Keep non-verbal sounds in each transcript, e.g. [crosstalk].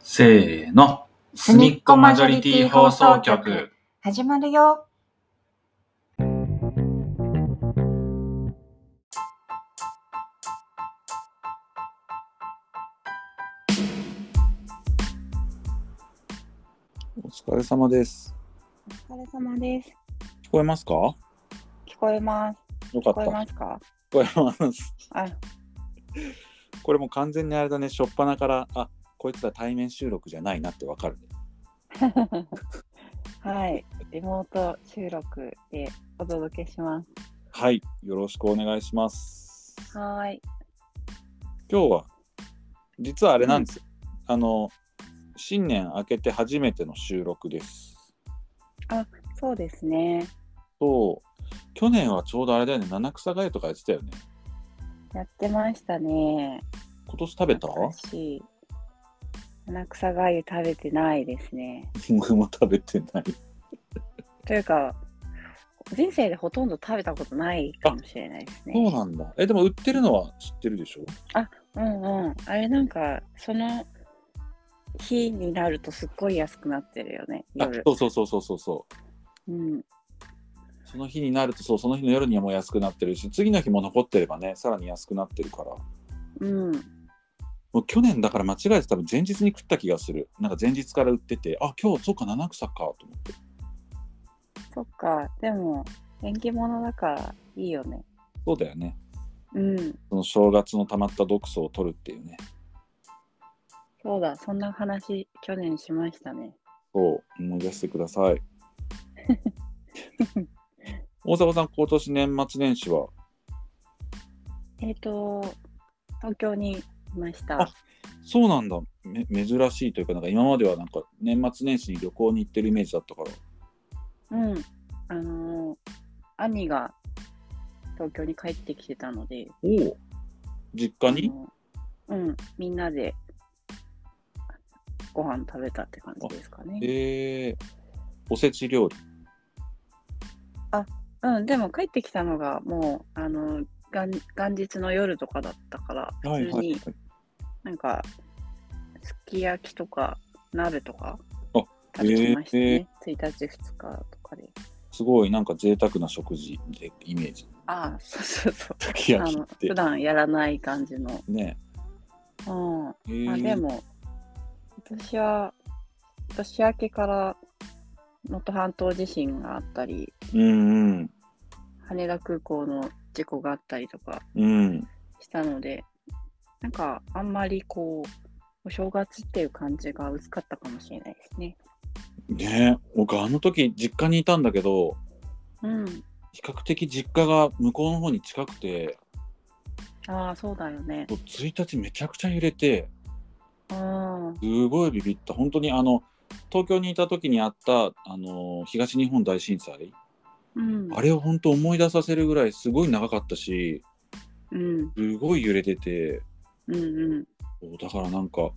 せーの。すみっこマジョリティ放送局。始まるよ。お疲れ様です。お疲れ様です。聞こえますかよ聞こえます。か聞った。こえま聞すかこえます。 [laughs] あ、これもう完全にあれだね、しょっぱなから、あこいつら対面収録じゃないなってわかる、ね。はい。リモート収録でお届けしまはい、よろしくお願いします。す。はーい。今日は、実はあれなんですよ。あの、新年明けて初めての収録です。そうですね。そう、去年はちょうどあれだよね、七草がゆとかやってたよね。やってましたね。今年食べた私、七草がゆ食べてないですね。僕 [laughs] も食べてない。というか、人生でほとんど食べたことないかもしれないですそうね。なんだ。え、でも売ってるのは知ってるでしょうんうん。あれなんか、その日になるとすっごい安くなってるよね。あ夜。そうそうそうそうそうそう。うん。その日になるとそうその日の夜にはもう安くなってるし次の日も残ってればねさらに安くなってるからうん。もう去年だから間違えて多分前日に食った気がするなんか前日から売っててあ今日そうか七草かと思ってそっか、でも、縁起物だからいいよね。そうだよねうん、その正月のたまった毒素を取るっていうねそうだ、そんな話、去年しましたね。そう思い出してください大迫さん今年年末年始はえっ、と、東京にいましたあ。そうなんだめ珍しいというかなんか今まではなんか年末年始に旅行に行ってるイメージだったからうん、あのー兄が東京に帰ってきてたので、おお実家にあのうん、みんなでご飯食べたって感じですかね。えー、おせち料理うん、でも帰ってきたのがもう、あの元元日の夜とかだったから、普通になんか、すき焼きとか、鍋とかあ、食べてましたへね。1日、2日とかで。すごいなんか贅沢な食事でイメージ。ああ、そうそうそう。すきあ焼きのっ普て。段やらない感じの。ねえうん。ーまあでも、私は、年明けから、能登半島地震があったり、うんうん。羽田空港の事故があったりとかうん。したので、なんか、あんまりこう、お正月っていう感じが薄かったかもしれないですね。ねえ僕あの時実家にいたんだけど、うん。比較的実家が向こうの方に近くて、ああ、そうだよね。 1日めちゃくちゃ揺れて、うん。すごいビビった。本当にあの、東京にいた時にあった、あの東日本大震災、うん。あれを本当思い出させるぐらいすごい長かったし、うんすごい揺れてて、うんうんそうだからなんか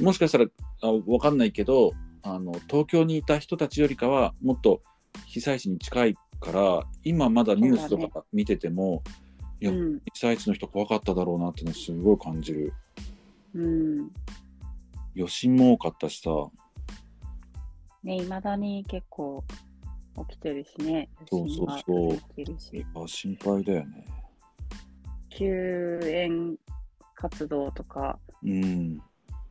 もしかしたらあわかんないけどあの東京にいた人たちよりかはもっと被災地に近いから今まだニュースとそうか見てても、いやうん被災地の人怖かっただろうなってのすごい感じるうん余震も多かったしさねいまだに結構起きてるしねそうそうそう地震が続いてるしやっぱ心配だよね救援活動とかうん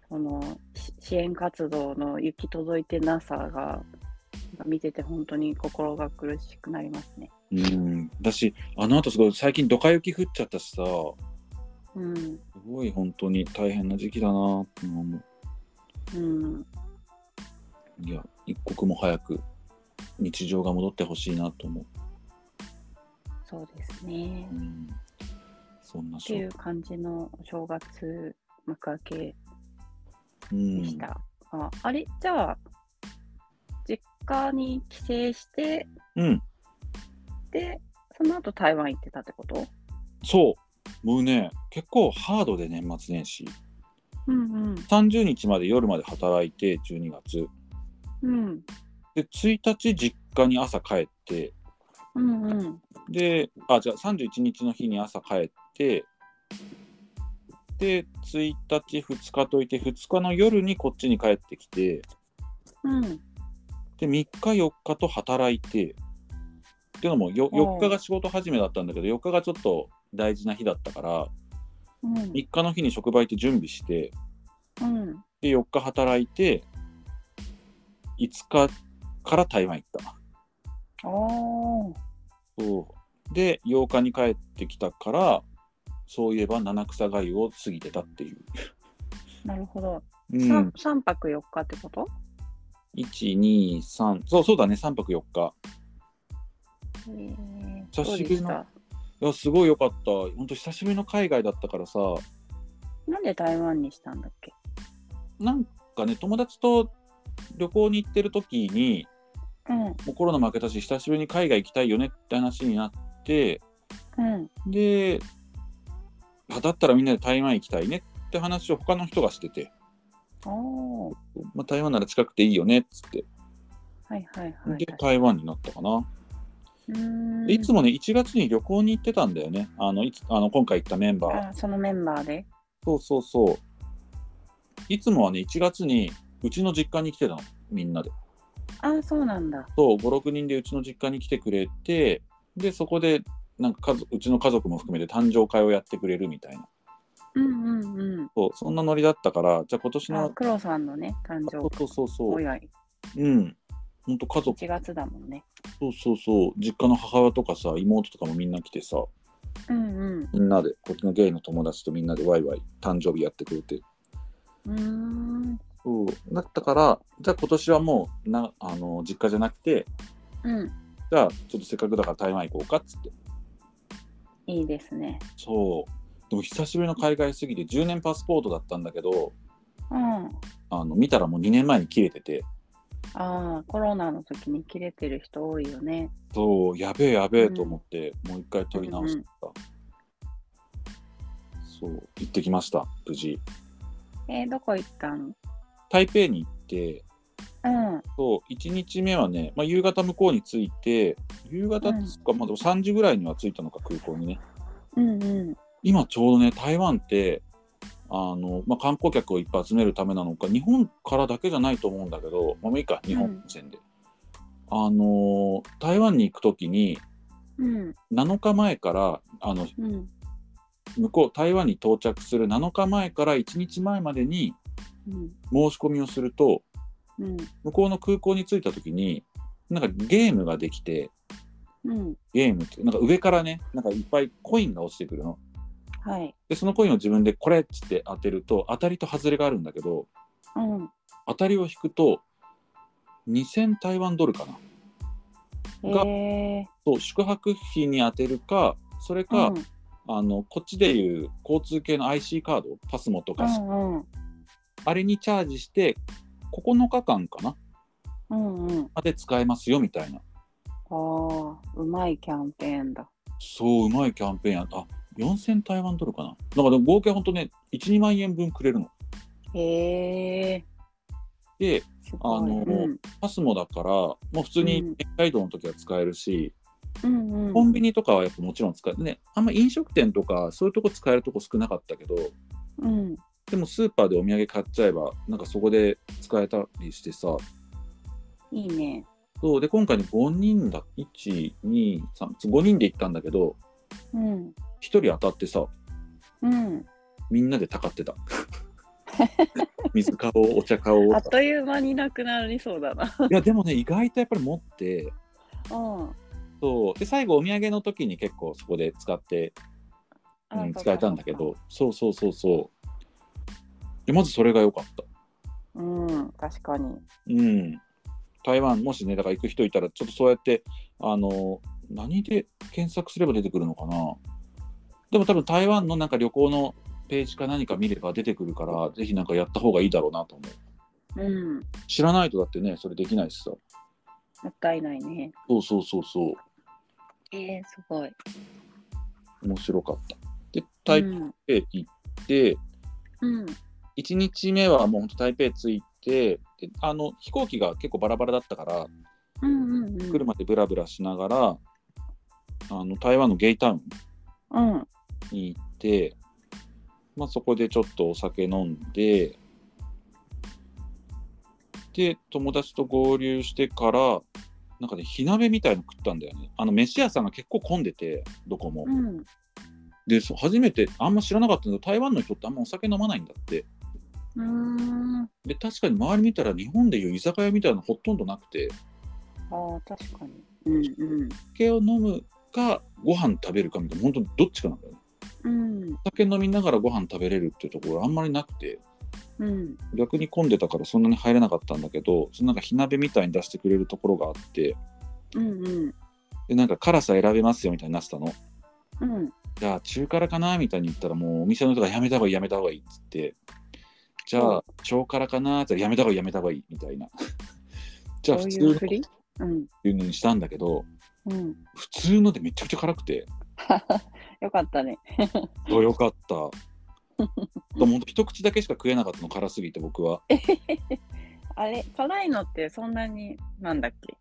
そのし支援活動の行き届いてなさがなんか見てて本当に心が苦しくなりますねうんだしあのあとすごい最近ドカ雪降っちゃったしさうんすごい本当に大変な時期だなって思ううんいや一刻も早く日常が戻ってほしいなと思うそうですねう、んそんなってしいょう感じのお正月幕開けうでんし、た。ああれじゃあ、実家に帰省して、うん、で、その後台湾行ってたってことそうもうね結構ハードで年末年始うん30日まで夜まで働いて12月うん。うん。で1日実家に朝帰ってうんうん。であじゃあ31日の日に朝帰ってて1日2日といて2日の夜にこっちに帰ってきてうん。で3日4日と働いてっていうのもよお4う日が仕事始めだったんだけど4日がちょっと大事な日だったからうん。 3日の日に職場行って準備してうん。で4日働いて5日から台湾行った。おー。そうで8日に帰ってきたからそういえば七草がゆを過ぎてたっていう。なるほど。う三ん、三泊四日ってこと123そうそうだね3泊4日えー久しぶりのどうでいやすごいよかったほんと久しぶりの海外だったからさしたなんで台湾にしたんだっけなんかね友達と旅行に行ってる時にうん。もうコロナも明けたし久しぶりに海外行きたいよねって話になってうん。であだったらみんなで台湾行きたいねって話を他の人がしてて、おー。まあ、台湾なら近くていいよねっつってはいはいはいはいで。台湾になったかな、うーんでいつもね1月に旅行に行ってたんだよねあのいつあの今回行ったメンバー。あそのメンバーで。そうそうそう。いつもはね、1月にうちの実家に来てたの、みんなで。あそうなんだ。そう、5、6人でうちの実家に来てくれて、で、そこで、なんか家族うちの家族も含めて誕生会をやってくれるみたいな。うんうんうん。そう、そんなノリだったから、じゃあ今年あの、クロさんのね、誕そ生うそうそうそおう、祝い。うん。ほんと家族、 1月だもんね。そうそうそう、実家の母親とかさ、妹とかもみんな来てさ、うんみんなで、こっちのゲイの友達とみんなでワイワイ誕生日やってくれて、うん。うーん。そうだったから、じゃあ今年はもうなあの実家じゃなくて、うん。じゃあちょっとせっかくだから台湾行こうかっつって。いいですね。そう。でも久しぶりの海外すぎて10年パスポートだったんだけど、うん。あの見たらもう2年前に切れてて、ああ、コロナの時に切れてる人多いよね。そう、やべえやべえと思って、もう一回取り直した。そう、行ってきました、無事。えーどこ行ったん台北に行って、うん。そう1日目はね、まあ、夕方向こうに着いて、夕方っつうか、まあ、でも3時ぐらいには着いたのか、空港にね。うんうん。今ちょうどね台湾ってあの、まあ、観光客をいっぱい集めるためなのか日本からだけじゃないと思うんだけど、まあ、もういいか日本線で、あの台湾に行く時にうん7日前からあのうん。向こう台湾に到着する7日前から1日前までにうん。申し込みをするとうん。向こうの空港に着いた時になんかゲームができてうん。ゲームってなんか上からねなんかいっぱいコインが落ちてくるの。はい。でそのコインを自分でこれっつって当てると当たりと外れがあるんだけどうん。当たりを引くと2000台湾ドルかながえと宿泊費に充てるかそれー、うか、んあのこっちでいう交通系の IC カードパスモとか、うんうんあれにチャージして9日間かなうんうん。まで使えますよみたいなああ、うまいキャンペーンだ。そううまいキャンペーンやあ4000台湾ドルかなだからでも合計ほんとね12万円分くれるのへえでー、すごい。あのうんパスモだからもう普通に北海道の時は使えるし、うんうん、コンビニとかはやっぱもちろん使えねあんま飲食店とかそういうとこ使えるとこ少なかったけどうん、でもスーパーでお土産買っちゃえばなんかそこで使えたりしてさいいね。そうで今回ね5人だ123 5人で行ったんだけどうん、 1人当たってさうん。みんなでたかって [laughs] た水買おうお茶買おうあっという間になくなりそうだな。いやでもね意外とやっぱり持ってうん。そうで最後お土産の時に結構そこで使って、うあん、使えたんだけ。どそうそうそうそうでまずそれが良かったそうかうん、確かに。うん、台湾もしねだから行く人いたらちょっとそうやってあの何で検索すれば出てくるのかなでも多分台湾のなんか旅行のページか何か見れば出てくるからぜひなんかやった方がいいだろうなと思ううん、知らないとだってねそれできないしさもったいないね。そうそうそうそうえー、すごい。面白かったで台うん、北行って、うん、 1日目はもうほんと台北着いてであの飛行機が結構バラバラだったからうん、うん。うん。車でブラブラしながらあの台湾のゲイタウンうん、に行ってまあ、そこでちょっとお酒飲んで、で、友達と合流してから、なんかね、火鍋みたいの食ったんだよね。あの、飯屋さんが結構混んでて、どこも。うん。で、そう初めて、あんま知らなかったんだけど、台湾の人ってあんまお酒飲まないんだって。うーん。あで、確かに周り見たら、日本でいう居酒屋みたいなのほとんどなくて、あ、確かに。うんお酒を飲むか、ご飯食べるかみたいな、本当どっちかなんだよね。うん。うん。お酒飲みながらご飯食べれるっていうところあんまりなくて、うん。逆に混んでたからそんなに入れなかったんだけど、そのなんか火鍋みたいに出してくれるところがあって、うん。うん。で、なんか辛さ選べますよみたいになってたの。うん。じゃあ中辛かなみたいに言ったらもうお店の人がやめた方がいいやめた方がいいっつってじゃあ超辛かなって言ったらやめた方がいいやめた方がいいみたいな [laughs] じゃあど普う通いのうっふりうん。ていうのにしたんだけどうん。普通のでめちゃくちゃ辛くてよかったね。あよかった [laughs] でもほんと一口だけしか食えなかったの辛すぎて僕はあれ、辛いのってそんなになんだっけ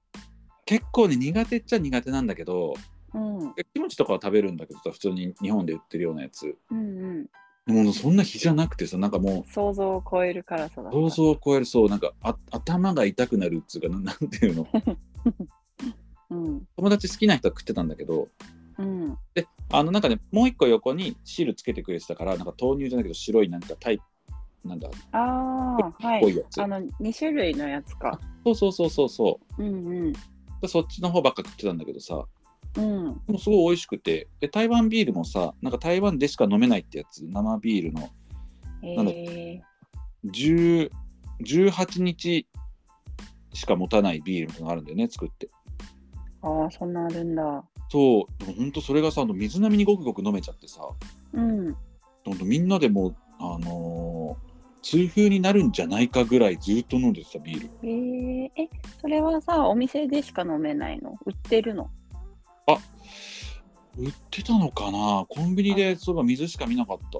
結構ね苦手っちゃ苦手なんだけどうん。うんキムチとかは食べるんだけどさ普通に日本で売ってるようなやつうん。でもそんな日じゃなくてさなんかもう想像を超える辛さだった。想像を超えるそうなんかあ頭が痛くなるっつうかな [laughs] なんていうのうん。友達好きな人は食ってたんだけどうん。あのなんかね、もう一個横にシールつけてくれてたから、なんか豆乳じゃないけど白いなんかタイプ、なんだ、ああ、は濃い。いやつ。あの、2種類のやつか。そうそうそうそうそうんう。でそっちの方ばっか食ってたんだけどさ、うん。うん。でもすごい美味しくて、で台湾ビールもさ、なんか台湾でしか飲めないってやつ、生ビールのなんだえ10 18日しか持たないビールみたいなのがあるんだよね、作って。ー、ああ、そんなあるんだ。そう、でもほんとそれがさ、あの水並みにごくごく飲めちゃってさ、うん。ほんとみんなでもう、あのー痛風になるんじゃないかぐらいずっと飲んでたビール。えー、え、それはさ、お店でしか飲めないの売ってるの売ってたのかなコンビニでそういえば水しか見なかった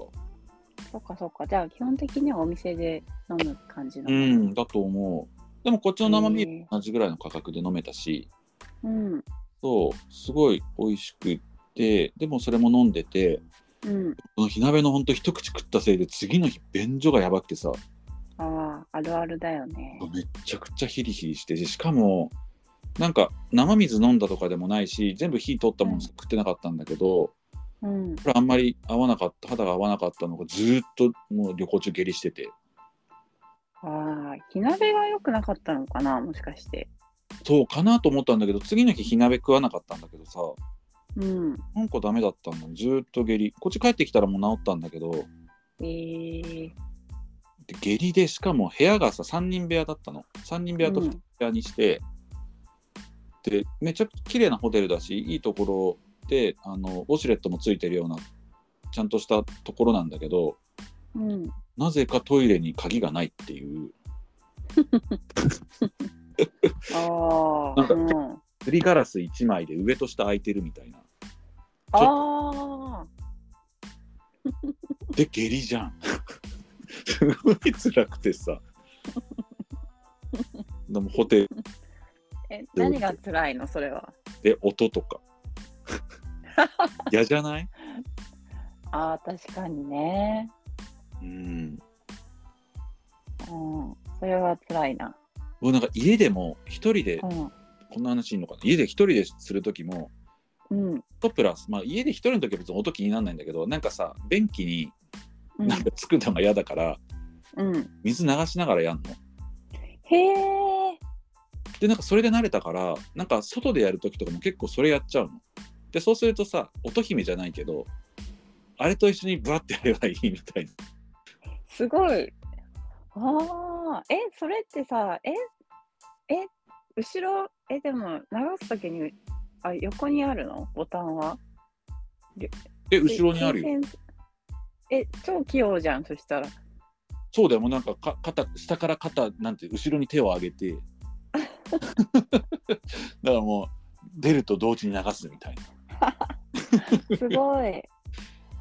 そっかそっか。じゃあ、基本的にはお店で飲む感じなうの。んだと思うでもこっちの生ビーへルえと同じぐらいの価格で飲めたしうん。そうすごい美味しくってでもそれも飲んでてうん。その火鍋のほんと一口食ったせいで次の日便所がやばくてさああ、あるあるだよね。めっちゃくちゃヒリヒリしてしかもなんか生水飲んだとかでもないし全部火取ったものしか食ってなかったんだけど、うん。これあんまり合わなかった肌が合わなかったのがずーっともう旅行中下痢しててああ、火鍋が良くなかったのかなもしかして。そうかなと思ったんだけど次の日火鍋食わなかったんだけどさうん。なんかダメだったんだよずーっと下痢こっち帰ってきたらもう治ったんだけどえー、で下痢でしかも部屋がさ3人部屋だったの3人部屋とう2ん人部屋にして、でめちゃくちゃ綺麗なホテルだしいいところであのウォシュレットもついてるようなちゃんとしたところなんだけどうん。なぜかトイレに鍵がないっていうあなあ、んかうん。すりガラス1枚で上と下空いてるみたいなああ、で下痢じゃんすごい辛くてさでもホテルえ、何が辛いのそれは。で音とか嫌じゃないああ、確かにね。うんうん。それは辛いな。僕なんか家でも一人でうん。こんな話いいのかな家で一人でする時もうん。とプラスまあ家で一人の時は別に音気にならないんだけどなんかさ便器にうなんん。かつくのが嫌だからうん、水流しながらやんのへえ。でなんかそれで慣れたからなんか外でやる時とかも結構それやっちゃうの。でそうするとさ乙姫じゃないけどあれと一緒にブワッてやればいいみたいな。すごい。ああ、え、それってさ、え、え、後ろ、え、でも流すときに、あ、横にあるのボタンは。で後ろにあるよ。よ。え、超器用じゃん、そしたら。そうだよもうなんかか肩下から肩なんて後ろに手を上げ [laughs] てだからもう出ると同時に流すみたいな。すごい。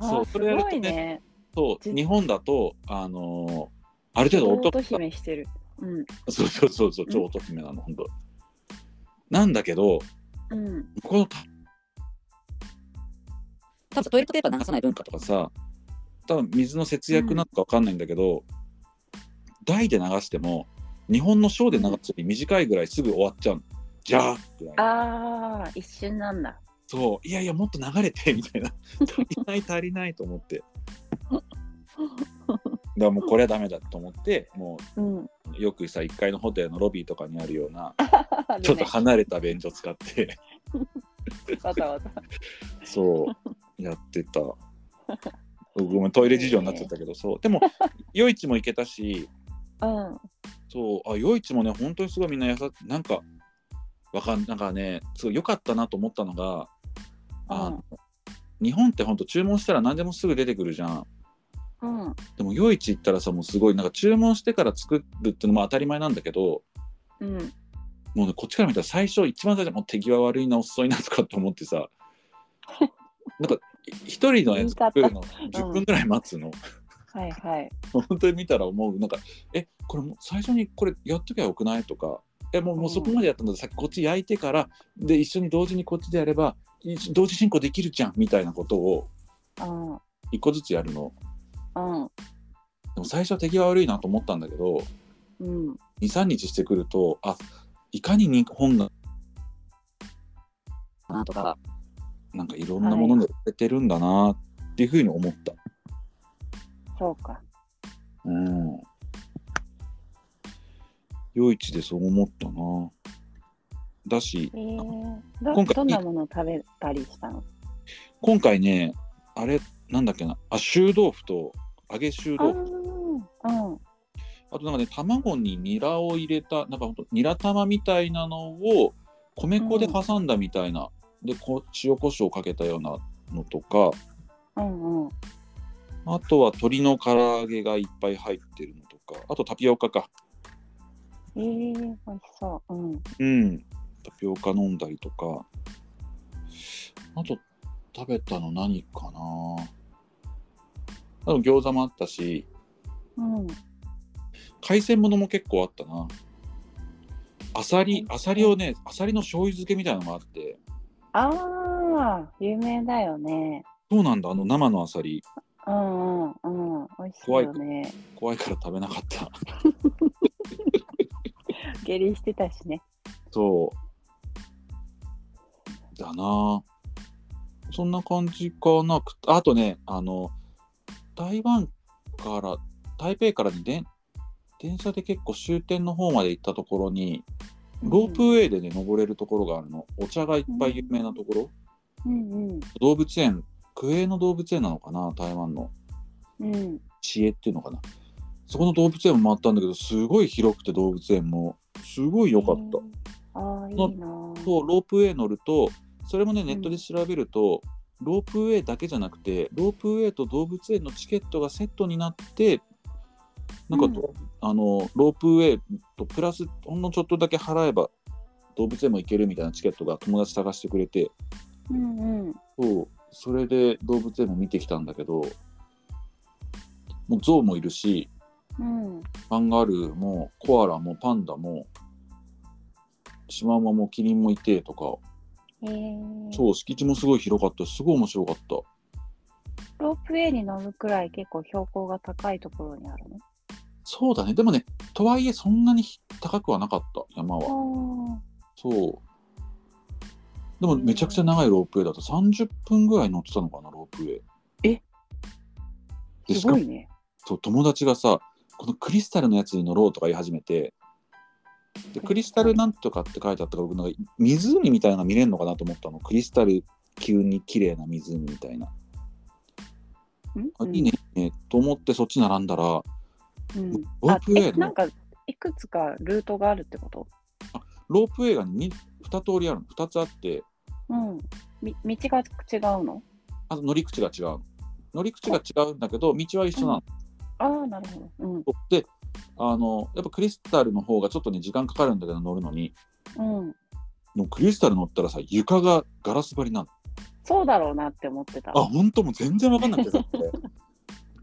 そあう [laughs] そーすれやるとごねいね。そう実日本だとあのーある程度音弟姫してる。うん。そうそうそうそう超乙姫なの本当。なんだけどうん。このた多分トイレットペーパー流さない文化とかさ多分水の節約なのか分かんないんだけど、台で流しても日本のショーで流すより短いぐらいすぐ終わっちゃうのじゃあぐらいああ、一瞬なんだ。そういやいやもっと流れてみたいな足りない足りないと思ってだからもうこれはダメだと思ってもうん。うよくさ1階のホテルのロビーとかにあるようなあるねちょっと離れた便所使ってわざわざ。そう、やってた。ごめん、トイレ事情になっちゃったけど、そう。でも、夜市も行けたし、うん。そう、あ、夜市もね、本当にすごいみんな優しなんか、わかん、なんかね、すごい良かったなと思ったのが、あの、日本って本当注文したら何でもすぐ出てくるじゃん。うん。でも夜市行ったらさ、もうすごい、なんか注文してから作るっていうのも当たり前なんだけど、うん。もうね、こっちから見たら最初、一番最初、もう手際悪いな、遅いなとかって思ってさ、なんか、一人のやつ作るの10分ぐらい待つの。はいはい。本当に見たら思うなんかえこれもう最初にこれやっときゃよくないとかえもうもうそこまでやったので、さっきこっち焼いてからで一緒に同時にこっちでやれば一同時進行できるじゃんみたいなことをうん。うん。一個ずつやるのでも最初は手際悪いなと思ったんだけどうん。 23日してくるとあいかに日本がなんとか。なんかいろんなものに売れてるんだなっていうふうに思った。そうか。うん夜市でそう思ったなだしええ今ど回どんなものを食べたりしたの今回ねあれなんだっけなあ臭豆腐と揚げ臭あ豆腐うん。あとなんかね卵にニラを入れたなんかほんとニラ玉みたいなのを米粉で挟んだみたいな、でこ塩コショウかけたようなのとかうんうん。あとは鶏の唐揚げがいっぱい入ってるのとかあとタピオカかええー、美味しそう。うん。うんタピオカ飲んだりとかあと食べたの何かなあと餃子もあったしうん。海鮮物も結構あったなあさりあさりをねあさりの醤油漬けみたいなのがあってああ、有名だよね。そうなんだあの生のあさりうんうんうん。美味しいよね。怖いから食べなかった下痢してたしね。そうだなそんな感じかなくあとねあの台湾から台北からに電電車で結構終点の方まで行ったところにロープウェイでね登れるところがあるのお茶がいっぱい有名なところ、うんうん動物園クエの動物園なのかな台湾のうん。知恵っていうのかなそこの動物園もあったんだけどすごい広くて動物園もすごい良かった、た。ああ、いいなー。そうロープウェイ乗るとそれもねネットで調べると、ロープウェイだけじゃなくてロープウェイと動物園のチケットがセットになってなんかど、あのロープウェイとプラスほんのちょっとだけ払えば動物園も行けるみたいなチケットが友達探してくれてうんうん。そう、それで動物園も見てきたんだけど、もうゾウもいるし、うん。カンガルーもコアラもパンダも、シマウマもキリンもいてとか、えー、そう、敷地もすごい広かった、すごい面白かった。ロープウェイに乗るくらい結構標高が高いところにあるのそうだね、でもね、とはいえそんなに高くはなかった、山は。あそう。でもめちゃくちゃ長いロープウェイだと30分ぐらい乗ってたのかな、ロープウェイ。あ、ですしかもごいね。そう友達がさこのクリスタルのやつに乗ろうとか言い始めてでクリスタルなんとかって書いてあったから僕なんか湖みたいなのが見れるのかなと思ったのクリスタル急に綺麗な湖みたいな、あんいいね、いいねと思ってそっち並んだらロうん。ロープウェイのあえなんか、いくつかルートがあるってことープウェイが 2, 2通りあるの2つあってうん。み道が違うのあと乗り口が違うの乗り口が違うんだけど道は一緒なの、ああ、なるほど。うん。であのやっぱクリスタルの方がちょっとね時間かかるんだけど乗るのにうん。でもクリスタル乗ったらさ床がガラス張りなのそうだろうなって思ってた。あ本当もう全然わかんなくて [laughs] だって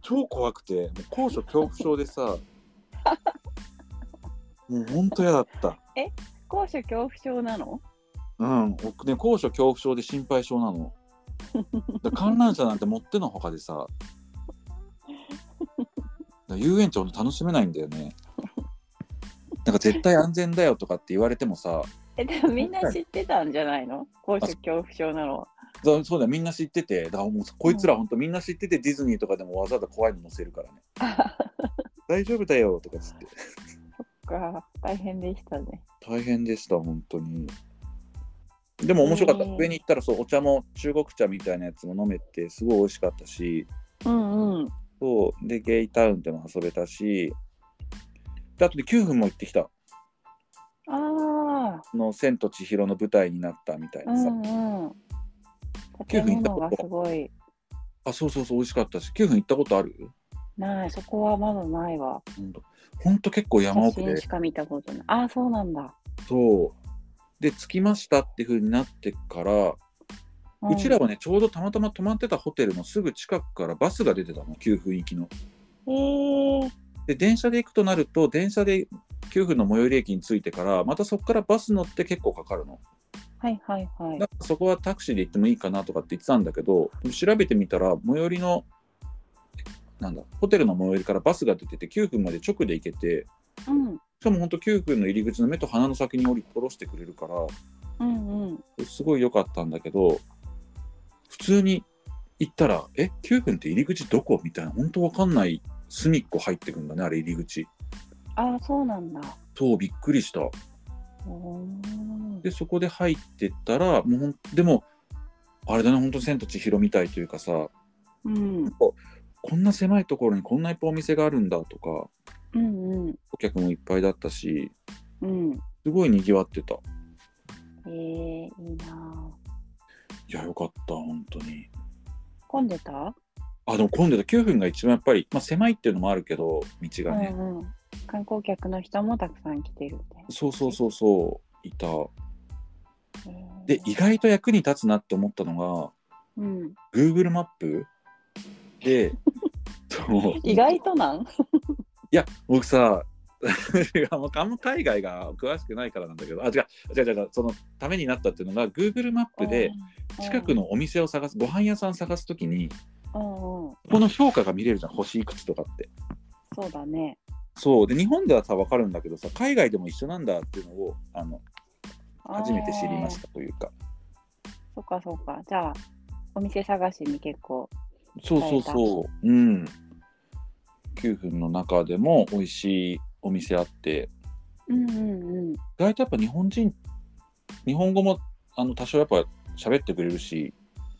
超怖くてもう高所恐怖症でさもう本当嫌だった高所恐怖症なのうん僕ね高所恐怖 [laughs] 症で心配症なのだから観覧車なんて持ってのほかでさから遊園地ほんと楽しめないんだよね。なんか絶対安全だよとかって言われてもさ、え、でもみんな知ってたんじゃな [laughs] いの高所恐怖症なのは。そうそうだよみんな知ってて、だからもうこいつらほんとみんな知っててディズニーとかでもわざわざ怖いの乗せるからね。 [laughs] 大丈夫だよとかつって。か大変でしたね。大変でした本当にでも面白かった、うん上に行ったらそうお茶も中国茶みたいなやつも飲めてすごい美味しかったしうんうん。そうでゲイタウンでも遊べたしであとで9分も行ってきたああ、あの「千と千尋」の舞台になったみたいうなさ、んうん。九建分行った物ことがすごい。あそうそうそう美味しかったし9分行ったことあるない、そこはまだないわ。本当ほんと結構山写奥真でしか見たことない。ああ、そうなんだ。そうで着きましたっていう風になってから、うちらは。はねちょうどたまたま泊まってたホテルのすぐ近くからバスが出てたの9分行きのえー、で電車で行くとなると電車で9分の最寄り駅に着いてからまたそこからバス乗って結構かかるのはいはいはいだ。からそこはタクシーで行ってもいいかなとかって言ってたんだけど調べてみたら最寄りのなんだホテルの最寄りからバスが出てて9分まで直で行けてうんしかも本当9分の入り口の目と鼻の先に降り下ろしてくれるからうんうん。すごい良かったんだけど普通に行ったらえ9分って入り口どこみたいな本当わかんない隅っこ入ってくんだねあれ入り口ああ、そうなんだ。そうびっくりしたおでそこで入ってったらもうほんでもあれだね本当千と千尋みたいというかさうんうんこんな狭いところにこんないっぱいお店があるんだとかうんお客もいっぱいだったしうん。すごいにぎわってたいえー、いいなあやよかった本当に混んでたあでも混んでた9分が一番やっぱり、まあ、狭いっていうのもあるけど道うがね、んうん。観光客の人もたくさん来てるみたいそうそうそうそういたな。で意外と役に立つなって思ったのうんが Google マップで [laughs] そう意外となんいや、僕さ、 [laughs] 違うもうあんま海外が詳しくないからなんだけど、あ、違う、違う、違う違う、そのためになったっていうのが、Google マップで近くの。のお店を探す、ご飯屋さん探すときに、うんうん。この評価が見れるじゃん、星いくつとかって。そうだね。。そう、で、日本ではさ、分かるんだけどさ、海外でも一緒なんだっていうのを、あの初めて知りましたたというか。そっかそっか。じゃあ、お店探しに結構。そうそうそう、うん。9分の中でも美味しいお店あって、うんうんうん。意外とやっぱ日本人日本語もあの多少やっぱ喋ってくれるし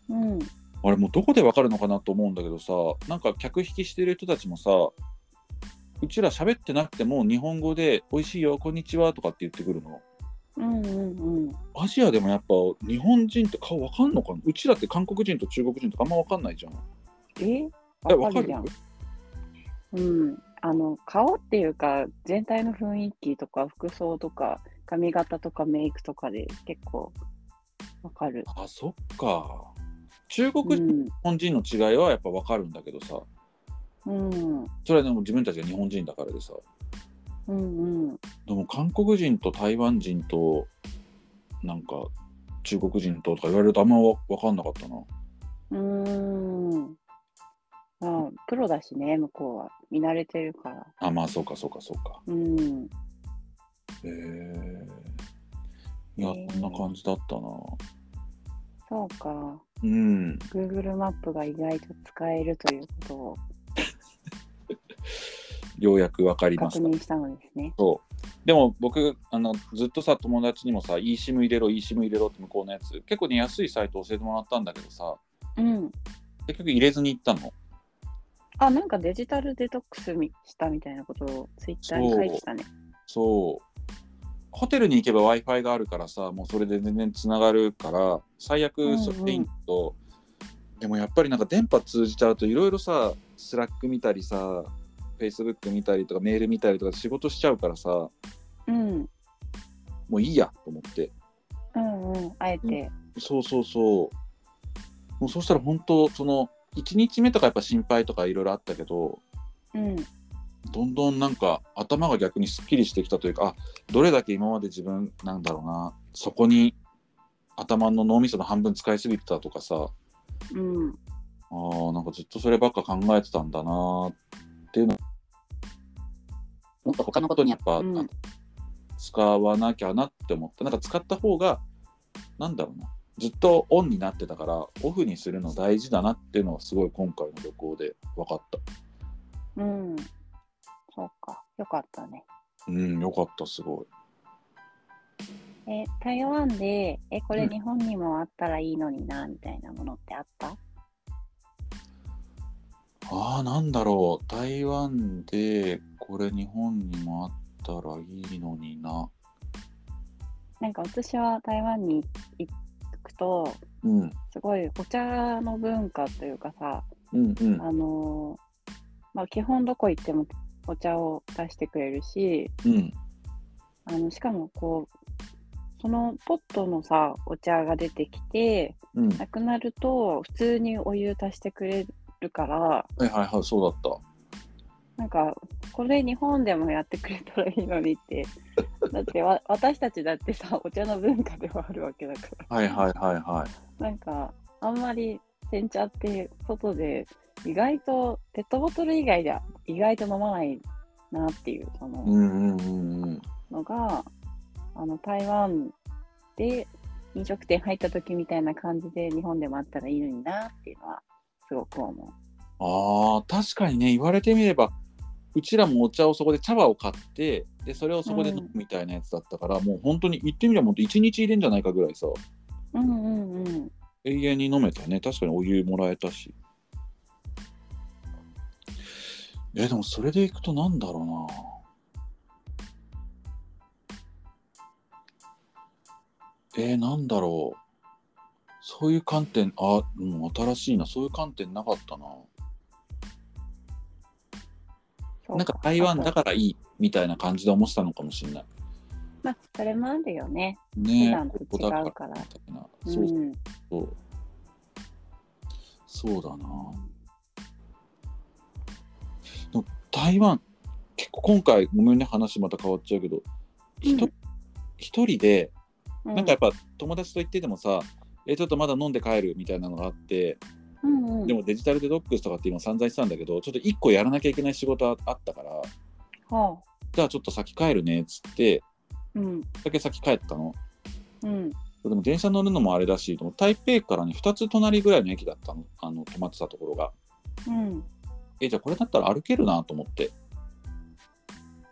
うん、あれもうどこでわかるのかなと思うんだけどさなんか客引きしてる人たちもさうちら喋ってなくても日本語で「美味しいよこんにちは」とかって言ってくるのうんうんうん。アジアでもやっぱ日本人って顔わかんのかなうちらって韓国人と中国人とかあんまわかんないじゃんええわかるじゃわんか。うん。あの、顔っていうか、全体の雰囲気とか、服装とか、髪型とか、メイクとかで結構わかる。あそっか中国う人とん日。本人の違いはやっぱわかるんだけどさうん。それはでも自分たちが日本人だからでさうんうん。でも韓国人と台湾人となんか中国人ととか言われるとあんまわ分かんなかったなうーん。まあ、プロだしね、向こうは。見慣れてるから。あまあそうかそうかそうかうん。へえいやへえそんな感じだったなそうか。うん Google マップが意外と使えるということをようやく分かりま確した認したのですね。そうでも僕あのずっとさ友達にもさ eSIM 入れろ eSIM 入れろって向こうのやつ結構ね安いサイト教えてもらったんだけどさうん。結局入れずに行ったのあ、なんかデジタルデトックスみしたみたいなことを Twitter に書いてたね。そうホテルに行けば w i f i があるからさもうそれで全然つながるから最悪それでいいと、でもやっぱりなんか電波通じちゃうといろいろさスラック見たりさ Facebook 見たりとかメール見たりとか仕事しちゃうからさうん。もういいやと思ってうんうん。あえて。そうそうそうもうそしたら本当その1日目とかやっぱ心配とかいろいろあったけどうん。どんどんなんか頭が逆にすっきりしてきたというかあどれだけ今まで自分なんだろうなそこに頭の脳みその半分使いすぎてたとかさうん。あーなんかずっとそればっか考えてたんだなーっていうのもっと他のことにやっぱ、うん使わなきゃなって思ったなんか使った方がなんだろうなずっとオンになってたからオフにするの大事だなっていうのはすごい今回の旅行で分かったうん。そうか。よかったね。うんよかったすごいえ、台湾で、え、うこれん日本にもあったらいいのにな、みたいなものってあったああなんだろう台湾でこれ日本にもあったらいいのにななんか私は台湾に行くと、うんうんすごいお茶の文化というかさ、うんあのーまあ基本どこ行ってもお茶を出してくれるし、うんあの、しかもこう、そのポットのさ、お茶が出てきて、うんなくなると普通にお湯足してくれるから、はいはいはいそうだっなんか、これ日本でもやってくれたらいいのにって。 [laughs] だってわ私たちだってさ、お茶の文化ではあるわけだかたはいはいはいはいら。なんか、あんまり煎茶って外で意外とペットボトル以外では意外と飲まないなっていうそのうんうんうんうんのが、あの台湾で飲食店入った時みたいな感じで日本でもあったらいいのになっていうのはすごく思あー確かにね言われてみればうちらもお茶をそこで茶葉を買ってでそれをそこで飲むみたいなやつだったから、もう本当に言ってみればもう1日入れんじゃないかぐらいさう。うんうんうん。永遠に飲めたね確かにお湯もらえたしえでもそれでいくとなんだろうなえー、なんだろうそういう観点あ、うん、新しいなそういう観点なかったなそうなんか台湾だあとからいいみたいな感じで思ってたのかもしれない。まあ、それもあるよね。ね普段とここだから違みうからたいな。う、そうんそう。そうだな。でも台湾、結構今回、ごめんね、話また変わっちゃうけど、ひとう一人で、うなんかやっぱ友達と行っててもさ、え、ちょっとまだ飲んで帰るみたいなのがあって、うんうん、でもデジタルデトックスとかって今散々言ってたんだけど、ちょっと一個やらなきゃいけない仕事ああったから、はあ、じゃあちょっと先帰るねっつって、うん、だけ先帰ったの。うん、でも電車乗るのもあれだし、でも台北からね、2つ隣ぐらいの駅だったの、あの止まってたところが。うん。え、じゃあこれだったら歩けるなと思って、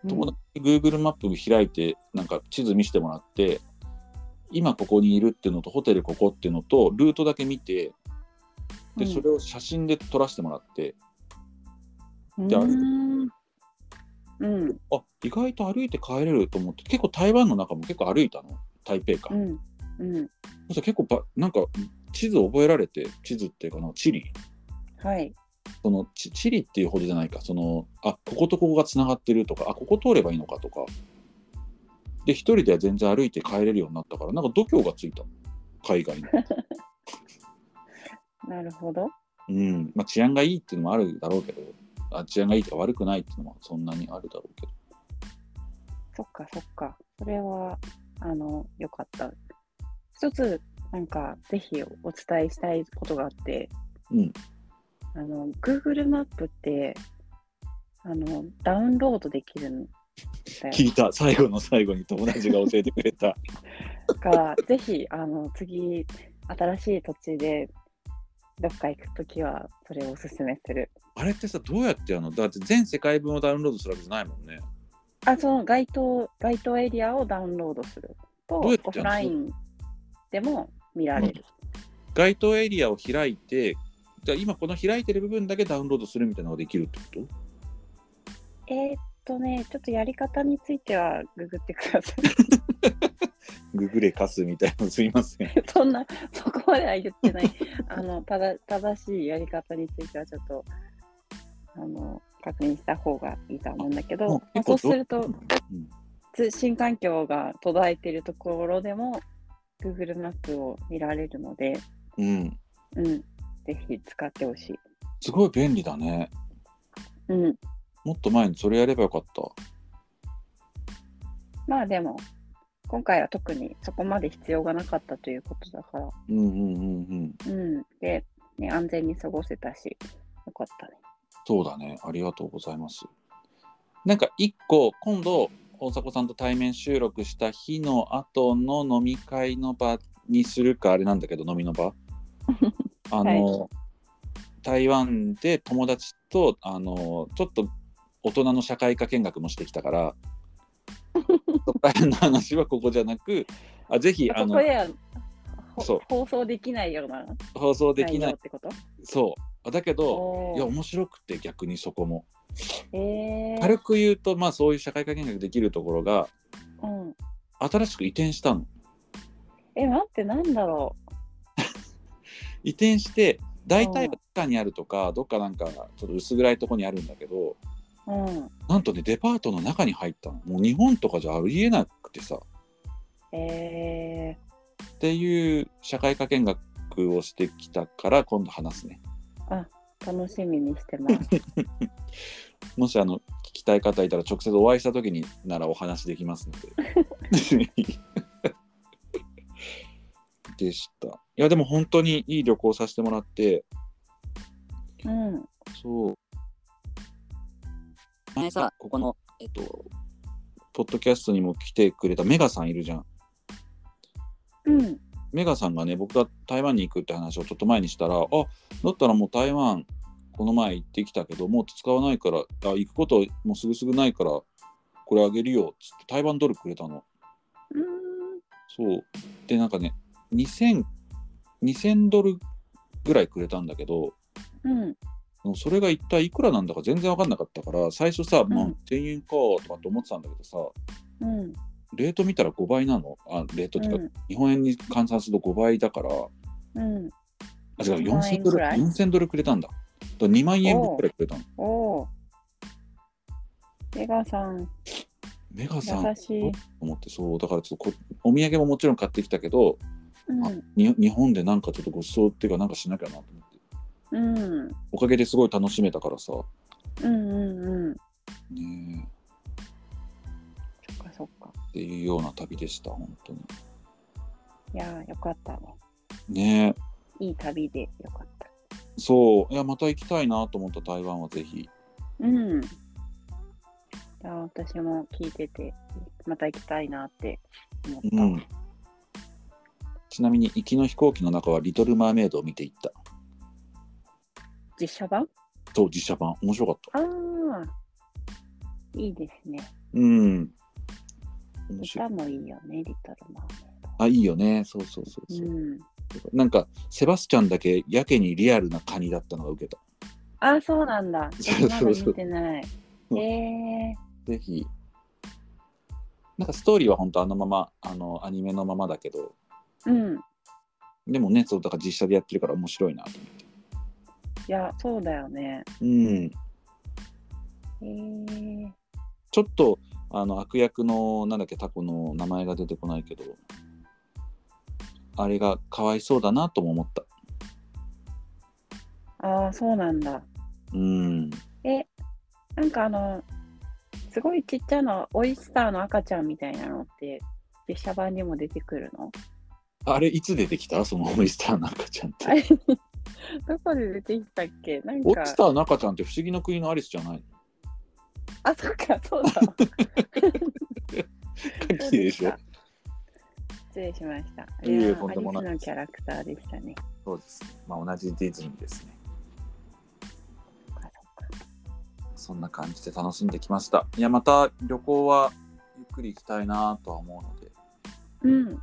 友う達に Google マップ開いて、なんか地図見せてもらって、今ここにいるっていうのと、ホテルここっていうのと、ルートだけ見て、で、うんそれを写真で撮らせてもらって、んてあるうんうん、あ、意外と歩いて帰れると思って、結構台湾の中も結構歩いたの、台北かう。ん、うん、そしたら結構ば、なんか地図覚えられて、地図っていうかな、地理はい。そのち地理っていうほどじゃないかそのあこことここがつながってるとかあここ通ればいいのかとかで一人では全然歩いて帰れるようになったからなんか度胸がついた海外の、なるほど。うんまあ、治安がいいっていうのもあるだろうけどあ治安がいいとか悪くないっていうのもそんなにあるだろうけどそっかそっか。それは、あの、よかった。一つ、なんか、ぜひお伝えしたいことがあって、うん。あの、Google マップって、あの、ダウンロードできるんだよ。聞いた最後の最後に友達が教えてくれた [laughs] がぜひあの次新しい土地でどっか行くときはそれをおすすめするあれってさどうやってやるのだって全世界分をダウンロードするわけじゃないもんねあその該当該当エリアをダウンロードするとどうやってオフラインでも見られる、該当エリアを開いてじゃあ今この開いてる部分だけダウンロードするみたいなのができるってことえーっとねちょっとやり方についてはググってくださググレカスみたいなすいません。い [laughs] そんなそこまでは言ってない [laughs] あのただ正しいやり方についてはちょっとあの確認した方がいいとは思うんだけど、まあそうするとうん通信環境が途絶えているところでも Google マップを見られるので、うん、うん、ぜひ使ってほしい。すごい便利だね。うん、もっと前にそれやればよかった。まあでも今回は特にそこまで必要がなかったということだから、うんうんうんうん。うん、で、ね、安全に過ごせたしよかったね。そうだね。ありがとうございます。なんか一個今度大迫さんと対面収録した日の後の飲み会の場にするかあれなんだけど飲みの [laughs] 場あの、台湾で友達とあのちょっと大人の社会科見学もしてきたから [laughs] そこら辺の話はここじゃなくあぜひあこのこではほそう放送できないような放送でき内な容いってことそうだけどおいーや面白くて逆にそこもえー、軽く言うとまあそういう社会科見学できるところがうん、新しく移転したのえ、待って、なんだろ移転して大体は地下にあるとかどっかなんかちょっと薄暗いとこにあるんだけどう。うん。なんとねデパートの中に入ったのもう日本とかじゃありえなくてさえっていう社会科見学をしてきたから今度話すねー、楽しみにし [laughs] てます。もしあの聞きたい方いたら直接お会いした時にならお話できますの [laughs] で [laughs] でしたいやでも本当にいい旅行させてもらってうん。そう前さ、ここの、えっと、ポッドキャストにも来てくれたメガさんいるじゃんうん。メガさんがね僕が台湾に行くって話をちょっと前にしたらあだったらもう台湾この前行ってきたけどもう使わないからあ行くこともうすぐすぐないからこれあげるよっつって台湾ドルくれたのうん。そうでなんかね2000 2000ドルぐらいくれたんだけどうん。もうそれが一体いくらなんだか全然分かんなかったから最初さ、まあうん、 1000円かとかって思ってたんだけどさうん。レート見たら5倍なのあレートっていうか、うん日本円に換算すると5倍だから、うん。あ、違う、 1万4000円ドくル、らい4000ドルくれたんだ。と2万円分くらいくれたの。おお。江川さん、メガさん優としい。思って、そう、だからちょっとこお土産ももちろん買ってきたけど、うん。に日本でなんかちょっとご馳走っていうか、なんかしなきゃなと思って。うん。おかげですごい楽しめたからさ。うんうんうん。ねそっかそっか。えっていうような旅でした、本当に。いやー、よかったね。ねえいい旅でよかった。そう、いや、また行きたいなと思った台湾はぜひ。うん。いやー、私も聞いてて、また行きたいなって思った。うん。ちなみに、行きの飛行機の中は、リトル・マーメイドを見ていった。実写版そう、実写版。面白かった。ああ。いいですね。うん。面白歌い。もいいよね、リトルマーメイド。あ、いいよね。そうそうそうそう。うん、なんかセバスチャンだけやけにリアルなカニだったのが受けた。あ、そうなんだ。そうまそだうそう見てない。うんええぜひ。なんかストーリーは本当あのままあのアニメのままだけど、ー、うん。いでもね、そうだから実写でやってるから面白いなと思って。や、そうだよね。うん。ええー、ちょっとあの悪役のなんだっけタコの名前が出てこないけど、あれがかわいそうだなとも思った。ああ、そうなんだ。うん。なんかあの、すごいちっちゃなオイスターの赤ちゃんみたいなのって、実写版にも出てくるのあれいつ出てきたそのオイスターの赤ちゃんって。どこで出てきたっけなんオイか、スターの赤ちゃんって不思議の国のアリスじゃないあ、そっか、そうだ。のカキでしょ失礼しました。あいえいえれはとんでもないアリスのキャラクターでしたね。そうです。まあ同じディズニーですね。そっかそっかそんな感じで楽しんできました。いや、また旅行はゆっくり行きたいなとは思うので、うん。うん、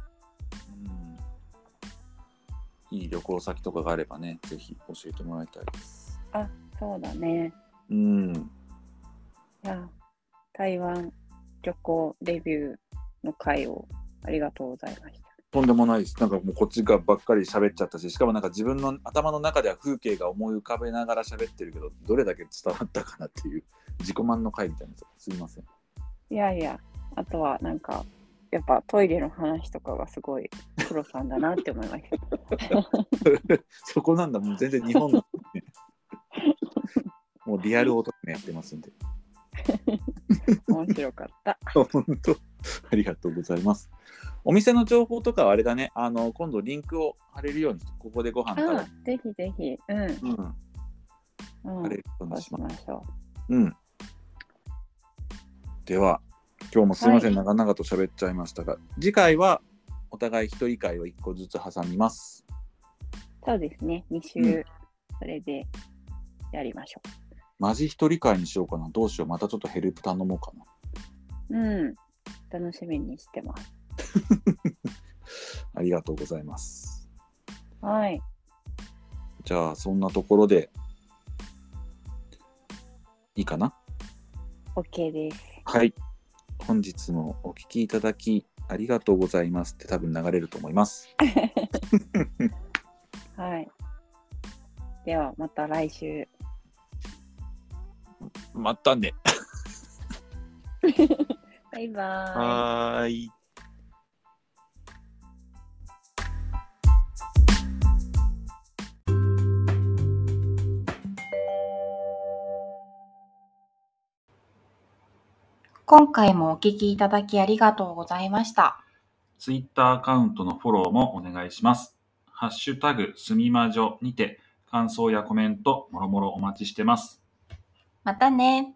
いい旅行先とかがあればね、ぜひ教えてもらいたいです。そうだね。うん、いや、台湾旅行レビューの回をありがとうございました。とんでもないです。なんかもうこっちがばっかり喋っちゃったし、しかもなんか自分の頭の中では風景が思い浮かべながら喋ってるけど、どれだけ伝わったかなっていう自己満の回みたいなやつすいません。 [laughs] いやいや、あとはなんか、やっぱトイレの話とかがすごい黒さんだなって思いました。そこなんだ、もう全然日本の、ね、もうリアルオタクやってますんで。面白かった。本当ありがとうございます。お店の情報とかはあれだね、あの今度リンクを貼れるように、ここでご飯あから、ぜひぜひ、うん、うん、うん貼れ、るようそにうしします。ましょうん、では今日もすいません、は長々と喋っちゃいましたが次回はお互い一人会を一個ずつ挟みますそうですね、2う週、それでやりましょマジ一人会にしようかなどうしようまたちょっとヘルプ頼もうかなう。うん、楽しみにしてます。ありがとうございますはい、じゃあそんなところでいいかな OK です。はい本日もお聞きいただきありがとうございますって多分流れると思いますはい。では、また来週。またねバイバーイ。はーい。今回もお聞きいただきありがとうございました。ツイッターアカウントのフォローもお願いします。ハッシュタグすみまじょにて感想やコメントもろもろお待ちしてます。またね。